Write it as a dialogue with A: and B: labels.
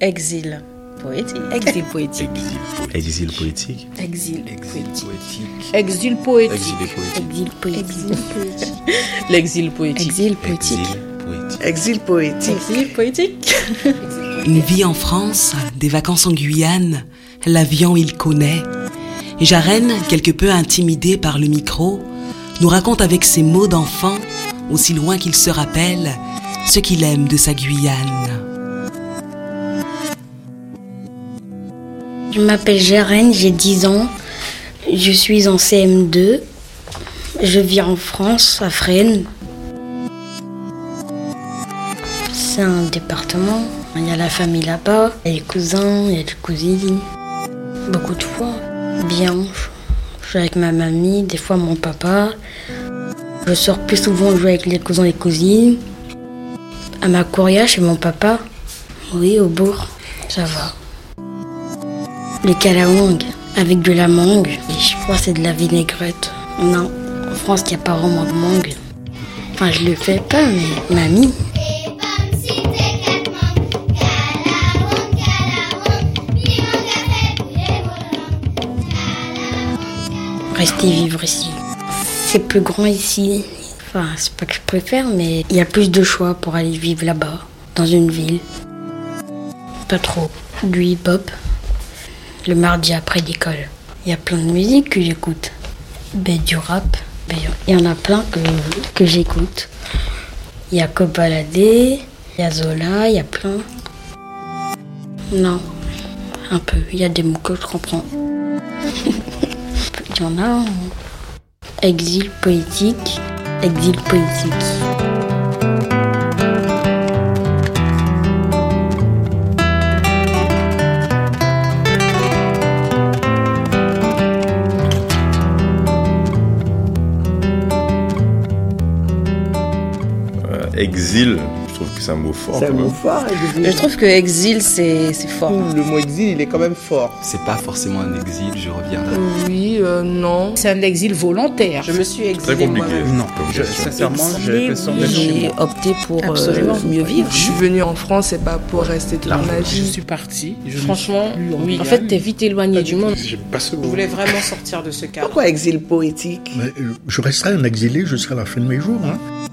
A: Exil poétique.
B: Exil poétique.
C: Exil poétique.
A: Exil poétique.
D: Poétique.
B: Exil poétique.
D: Exilé poétique.
A: Exil poétique.
B: L'exil poétique.
A: Exil
D: Exil
A: poétique.
D: poétique.
E: Exil poétique.
A: Exil poétique.
F: Une vie en France, des vacances en Guyane, l'avion il connaît. Et Jaren, quelque peu intimidée par le micro, nous raconte avec ses mots d'enfant, aussi loin qu'il se rappelle, ce qu'il aime de sa Guyane.
G: Je m'appelle Jaren, j'ai 10 ans. Je suis en CM2. Je vis en France, à Fresnes. C'est un département. Il y a la famille là-bas, il y a les cousins, il y a les cousines. Beaucoup de fois. Bien. Je suis avec ma mamie, des fois mon papa. Je sors plus souvent jouer avec les cousins et les cousines. À ma courrière chez mon papa. Oui, au bourg. Ça va. Les calawang avec de la mangue. Et je crois que c'est de la vinaigrette. Non, en France, il n'y a pas vraiment de mangue. Enfin, je le fais pas, mais mamie. Rester vivre ici. C'est plus grand ici. Enfin, c'est pas que je préfère, mais il y a plus de choix pour aller vivre là-bas, dans une ville. Pas trop. Du hip-hop le mardi après l'école. Il y a plein de musique que j'écoute. Ben, du rap. Ben, Il y en a plein que, que j'écoute. Il y a Cobaladé, il y a Zola, il y a plein. Non, un peu. Il y a des mots que je comprends. Il y en a. hein. Exil poétique, exil poétique.
D: Euh, exil, je trouve que c'est un mot fort.
E: C'est un
D: quand même.
E: mot fort, exil.
A: Je trouve que exil, c'est c'est fort.
E: Ouh, Le mot exil, il est quand même fort.
D: C'est pas forcément un exil, je reviens là.
H: Oui, euh, non.
B: C'est un exil volontaire.
I: Je me suis
D: Très
I: exilée
D: compliqué.
I: moi-même.
D: Non,
C: Je- sincèrement, j'ai l'impression d'être
B: J'ai
C: chez moi.
B: opté pour euh,
A: Absolument.
B: mieux vivre.
H: Je
I: hein.
H: suis venue en France, c'est pas pour rester toute ma
C: Je
H: vie.
C: suis parti.
I: Franchement, oui.
C: En
I: En
C: fait,
I: fait, t'es vite éloigné du monde.
C: J'ai pas ce
I: Je voulais vraiment sortir de ce cadre.
E: Pourquoi exil poétique
J: Mais, euh, je resterai un exilé jusqu'à la fin de mes jours. hein.